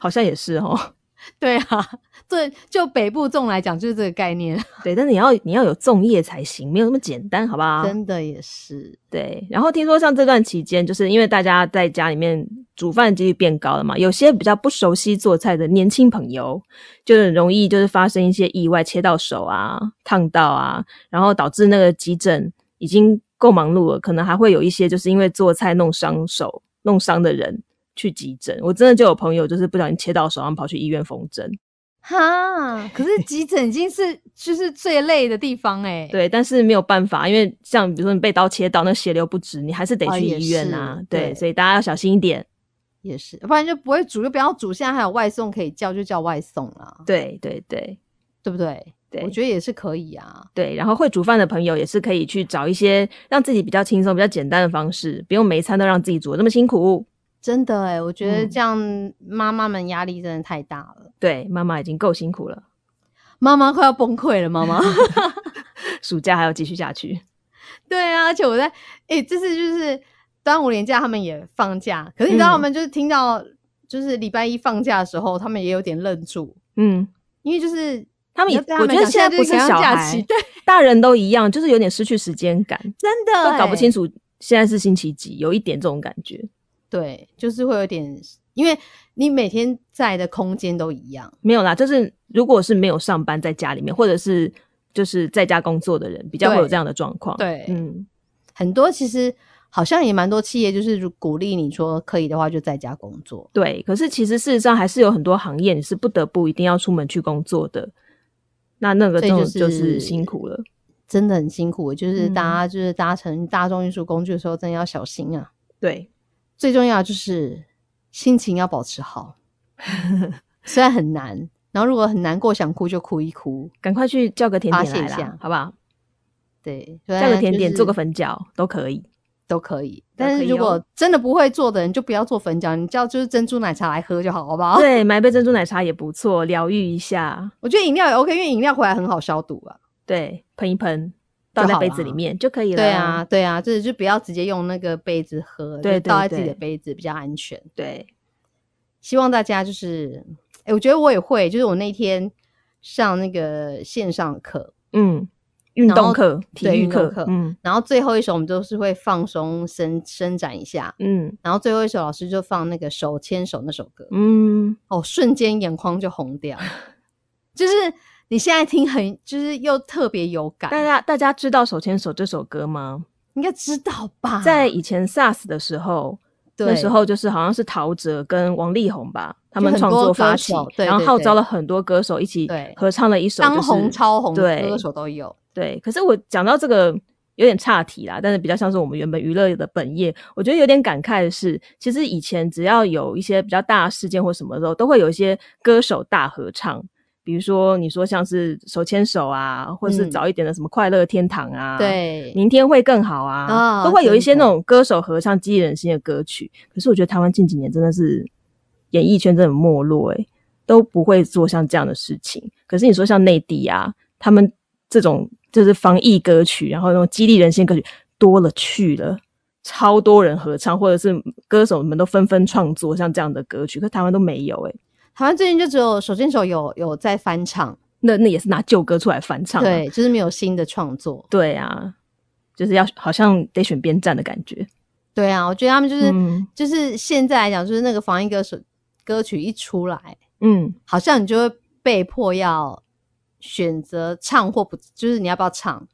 Speaker 3: 好像也是哦。
Speaker 2: 对啊，对，就北部粽来讲，就是这个概念，
Speaker 3: 对，但是你要你要有粽叶才行，没有那么简单，好不好？
Speaker 2: 真的也是。
Speaker 3: 对。然后听说像这段期间，就是因为大家在家里面煮饭几率变高了嘛，有些比较不熟悉做菜的年轻朋友，就很容易就是发生一些意外，切到手啊、烫到啊，然后导致那个急诊已经够忙碌了，可能还会有一些就是因为做菜弄伤手、弄伤的人去急诊。我真的就有朋友就是不小心切到手，然后跑去医院缝针。
Speaker 2: 哈，可 是急诊已经是就是最累的地方哎、
Speaker 3: 对，但是没有办法，因为像比如说你被刀切到，那血流不止，你还是得
Speaker 2: 啊
Speaker 3: 去
Speaker 2: 也
Speaker 3: 医院啊。
Speaker 2: 是
Speaker 3: 对，
Speaker 2: 对
Speaker 3: 所以大家要小心一点。
Speaker 2: 也是，不然就不会煮，就不要煮。现在还有外送可以叫，就叫外送啦，
Speaker 3: 对对对
Speaker 2: 对不对？
Speaker 3: 对，
Speaker 2: 我觉得也是可以啊。
Speaker 3: 对。然后会煮饭的朋友也是可以去找一些让自己比较轻松、比较简单的方式，不用每一餐都让自己煮的那么辛苦。
Speaker 2: 真的哎、我觉得
Speaker 3: 嗯
Speaker 2: 这样妈妈们压力真的太大了，
Speaker 3: 对，妈妈已经够辛苦了，
Speaker 2: 妈妈快要崩溃了，妈妈。
Speaker 3: 暑假还要继续下去。
Speaker 2: 对啊，而且我在哎、这次就是端午连假，他们也放假，可是你知道
Speaker 3: 嗯
Speaker 2: 他们就是听到就是礼拜一放假的时候，他们也有点愣住，
Speaker 3: 嗯，
Speaker 2: 因为就是
Speaker 3: 他们
Speaker 2: 你
Speaker 3: 也
Speaker 2: 要对
Speaker 3: 我觉
Speaker 2: 们
Speaker 3: 得
Speaker 2: 讲
Speaker 3: 现在
Speaker 2: 就
Speaker 3: 不
Speaker 2: 是
Speaker 3: 是
Speaker 2: 一个
Speaker 3: 小
Speaker 2: 假
Speaker 3: 孩
Speaker 2: 期，对，
Speaker 3: 大人都一样，就是有点失去时间感，
Speaker 2: 真的、
Speaker 3: 都搞不清
Speaker 2: 楚。
Speaker 3: 楚现在是星期几，有一点这种感觉。
Speaker 2: 对，就是会有点，因为你每天在的空间都一样。
Speaker 3: 没有啦，就是如果是没有上班，在家里面，或者是就是在家工作的人，比较会有这样的状况。
Speaker 2: 对
Speaker 3: 嗯，
Speaker 2: 很多其实好像也蛮多企业就是如鼓励你说可以的话就在家工作，
Speaker 3: 对。可是其实事实上还是有很多行业你是不得不一定要出门去工作的，那那个
Speaker 2: 所以
Speaker 3: 这
Speaker 2: 就
Speaker 3: 种
Speaker 2: 是
Speaker 3: 就是辛苦了。
Speaker 2: 真的很辛苦。就是
Speaker 3: 嗯
Speaker 2: 大家就是搭乘大众运输工具的时候，真的要小心啊。
Speaker 3: 对，
Speaker 2: 最重要的就是心情要保持 好，虽然很难，然后如果很难过想哭就哭一哭，
Speaker 3: 赶快去叫个甜
Speaker 2: 发泄
Speaker 3: 点
Speaker 2: 一
Speaker 3: 来啦
Speaker 2: 下，
Speaker 3: 好不好？
Speaker 2: 对，啊
Speaker 3: 叫个甜点，做个
Speaker 2: 粉
Speaker 3: 粉饺都可以。
Speaker 2: 都可以。
Speaker 3: 都可以
Speaker 2: 但是如果
Speaker 3: 哦
Speaker 2: 真的不会做的人，就不要做粉饺，你叫就是珍珠奶茶来喝就好，好不好？
Speaker 3: 对，买杯珍珠奶茶也不错，疗愈一下。
Speaker 2: 我觉得饮料也 OK，因为饮料回来很好消毒啊。
Speaker 3: 对，喷一喷，
Speaker 2: 就
Speaker 3: 倒在
Speaker 2: 好
Speaker 3: 杯子
Speaker 2: 啦
Speaker 3: 里面就可以了。
Speaker 2: 对啊，，对啊，就是就不要直接用那个杯子喝，就
Speaker 3: 对对
Speaker 2: 倒在自己的
Speaker 3: 对
Speaker 2: 杯子比较安全。
Speaker 3: 对，
Speaker 2: 希望大家就是，哎、我觉得我也会，就是我那天上那个线上课，
Speaker 3: 嗯，运
Speaker 2: 然
Speaker 3: 动
Speaker 2: 后
Speaker 3: 课、体
Speaker 2: 对
Speaker 3: 育
Speaker 2: 运动
Speaker 3: 课
Speaker 2: 课，
Speaker 3: 嗯
Speaker 2: 然后最后一首我们都是会放松伸伸展一下，
Speaker 3: 嗯
Speaker 2: 然后最后一首老师就放那个手牵手那首歌，
Speaker 3: 嗯。
Speaker 2: 哦，瞬间眼眶就红 掉，就是你现在听很，就是又特别有感，
Speaker 3: 大家大家知道《手牵手》这首歌吗？
Speaker 2: 应该知道吧？
Speaker 3: 在以前 SARS 的时候，那
Speaker 2: 对
Speaker 3: 时候就是好像是陶喆跟王力宏吧，他们
Speaker 2: 很
Speaker 3: 创
Speaker 2: 多
Speaker 3: 作发
Speaker 2: 歌
Speaker 3: 起
Speaker 2: 手，对
Speaker 3: 然后
Speaker 2: 对
Speaker 3: 号
Speaker 2: 对
Speaker 3: 召了很多歌手一起
Speaker 2: 对
Speaker 3: 合唱了一首、就是，
Speaker 2: 当红超红的
Speaker 3: 对
Speaker 2: 歌手都有。
Speaker 3: 对。可是我讲到这个有点岔题啦，但是比较像是我们原本娱乐的本业，我觉得有点感慨的是，其实以前只要有一些比较大的事件或什么的时候，都会有一些歌手大合唱。比如说，你说像是手牵手啊，或者是
Speaker 2: 嗯
Speaker 3: 早一点的什么快乐天堂啊，
Speaker 2: 对，
Speaker 3: 明天会更好啊，
Speaker 2: 啊
Speaker 3: 都会有一些
Speaker 2: 真的
Speaker 3: 那种歌手合唱激励人心的歌曲。可是我觉得台湾近几年真的是演艺圈真的很没落、欸，都不会做像这样的事情。可是你说像内地啊，他们这种就是防疫歌曲，然后那种激励人心的歌曲多了去了。超多人合唱，或者是歌手们都纷纷创作像这样的歌曲，可是台湾都没有哎、欸
Speaker 2: 台湾最近就只有手牵手有有在翻唱，
Speaker 3: 那那也是拿旧歌出来翻唱、啊，
Speaker 2: 对，就是没有新的创作。
Speaker 3: 对啊，就是要好像得选边站的感觉，
Speaker 2: 对啊，我觉得他们就是、
Speaker 3: 嗯
Speaker 2: 就是现在来讲，就是那个防疫歌手歌曲一出来，
Speaker 3: 嗯，
Speaker 2: 好像你就会被迫要选择唱或不，就是你要不要唱？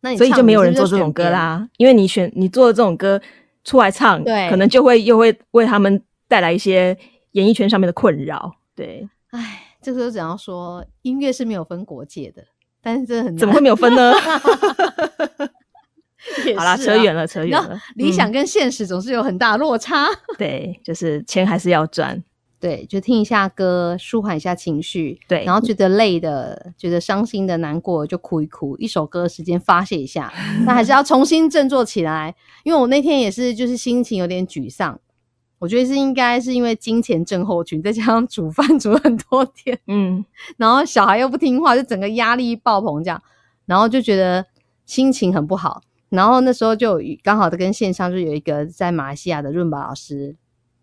Speaker 2: 那你
Speaker 3: 所
Speaker 2: 哎
Speaker 3: 以
Speaker 2: 唱
Speaker 3: 就没
Speaker 2: 你
Speaker 3: 有
Speaker 2: 是
Speaker 3: 人
Speaker 2: 不是
Speaker 3: 做这
Speaker 2: 选
Speaker 3: 种歌
Speaker 2: 别人。
Speaker 3: 啦，因为你选你做的这种歌出来唱，
Speaker 2: 对
Speaker 3: 可能就会又会为他们带来一些演艺圈上面的困扰。对，
Speaker 2: 唉，这个时候只要说音乐是没有分国界的，但是真的很
Speaker 3: 怎么会没有分呢？
Speaker 2: 也
Speaker 3: 好啦，
Speaker 2: 是
Speaker 3: 扯
Speaker 2: 啊
Speaker 3: 远了，扯远
Speaker 2: 然后
Speaker 3: 了。
Speaker 2: 理想
Speaker 3: 嗯、
Speaker 2: 跟现实总是有很大的落差。
Speaker 3: 对，就是钱还是要赚。
Speaker 2: 对，就听一下歌，舒缓一下情绪。
Speaker 3: 对
Speaker 2: 然后觉得累的、觉得伤心的、难过就哭一哭，一首歌的时间发泄一下。那还是要重新振作起来，因为我那天也是，就是心情有点沮丧。我觉得是应该是因为金钱症候群，再加上煮饭 煮了很多天，
Speaker 3: 嗯，
Speaker 2: 然后小孩又不听话，就整个压力爆棚这样，然后就觉得心情很不好。然后那时候就有刚好在跟线上就有一个在马来西亚的润宝老师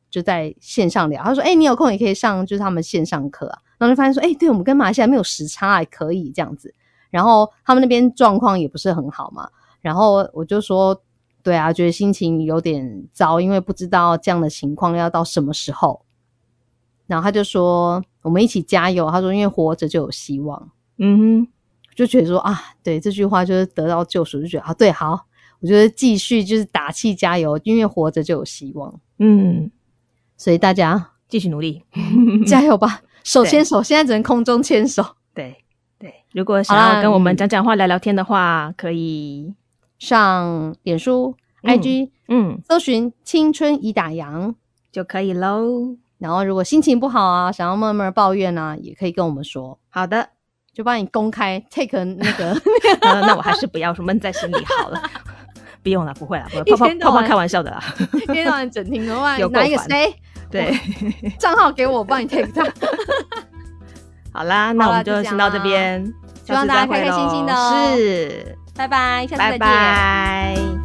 Speaker 2: 就在线上聊，他说：“哎、你有空也可以上就是他们线上课啊。”然后就发现说：“哎、对我们跟马来西亚没有时差，还可以这样子。”然后他们那边状况也不是很好嘛，然后我就说：“对啊，觉得心情有点糟，因为不知道这样的情况要到什么时候。”然后他就说：“我们一起加油。”他说：“因为活着就有希望。
Speaker 3: 嗯”
Speaker 2: 就觉得说啊，对这句话就是得到救赎，就觉得啊，对，好，我觉得继续就是打气加油，因为活着就有希望。
Speaker 3: 哼，嗯，
Speaker 2: 所以大家
Speaker 3: 继续努力。嗯
Speaker 2: 加油吧，手牵手，现在只能空中牵手。
Speaker 3: 对对，如果想
Speaker 2: 好啦
Speaker 3: 要跟我们
Speaker 2: 嗯
Speaker 3: 讲讲话、聊聊天的话，可以。
Speaker 2: 上脸书、
Speaker 3: 嗯
Speaker 2: IG
Speaker 3: 嗯，
Speaker 2: 搜寻“青春已打烊
Speaker 3: 就可以喽。”，
Speaker 2: 然后如果心情不好啊，想要慢慢抱怨啊，也可以跟我们说，
Speaker 3: 好的，
Speaker 2: 就帮你公开 take 那 个
Speaker 3: 呃那我还是不要说闷在心里好了。 不用了，不会了，我
Speaker 2: 一
Speaker 3: 泡泡
Speaker 2: 天到
Speaker 3: 泡泡
Speaker 2: 晚
Speaker 3: 开玩笑的啦。
Speaker 2: 一天到晚整听的话，
Speaker 3: 有够
Speaker 2: 拿一个
Speaker 3: 烦
Speaker 2: 谁
Speaker 3: 对，
Speaker 2: 账号给我，我帮你 take 他。
Speaker 3: 好啦，那我们
Speaker 2: 就
Speaker 3: 就
Speaker 2: 这
Speaker 3: 先到
Speaker 2: 样
Speaker 3: 这
Speaker 2: 啦
Speaker 3: 边，
Speaker 2: 希望大
Speaker 3: 下次
Speaker 2: 家
Speaker 3: 再会
Speaker 2: 开开心心
Speaker 3: 咯
Speaker 2: 的哦
Speaker 3: 是，
Speaker 2: 拜拜，下次再
Speaker 3: 拜
Speaker 2: 见。
Speaker 3: 拜。